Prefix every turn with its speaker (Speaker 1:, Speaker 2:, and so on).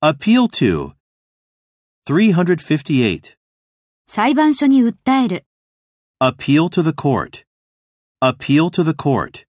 Speaker 1: Appeal to 358.
Speaker 2: 裁判所に訴える。
Speaker 1: Appeal to the court. Appeal to the court.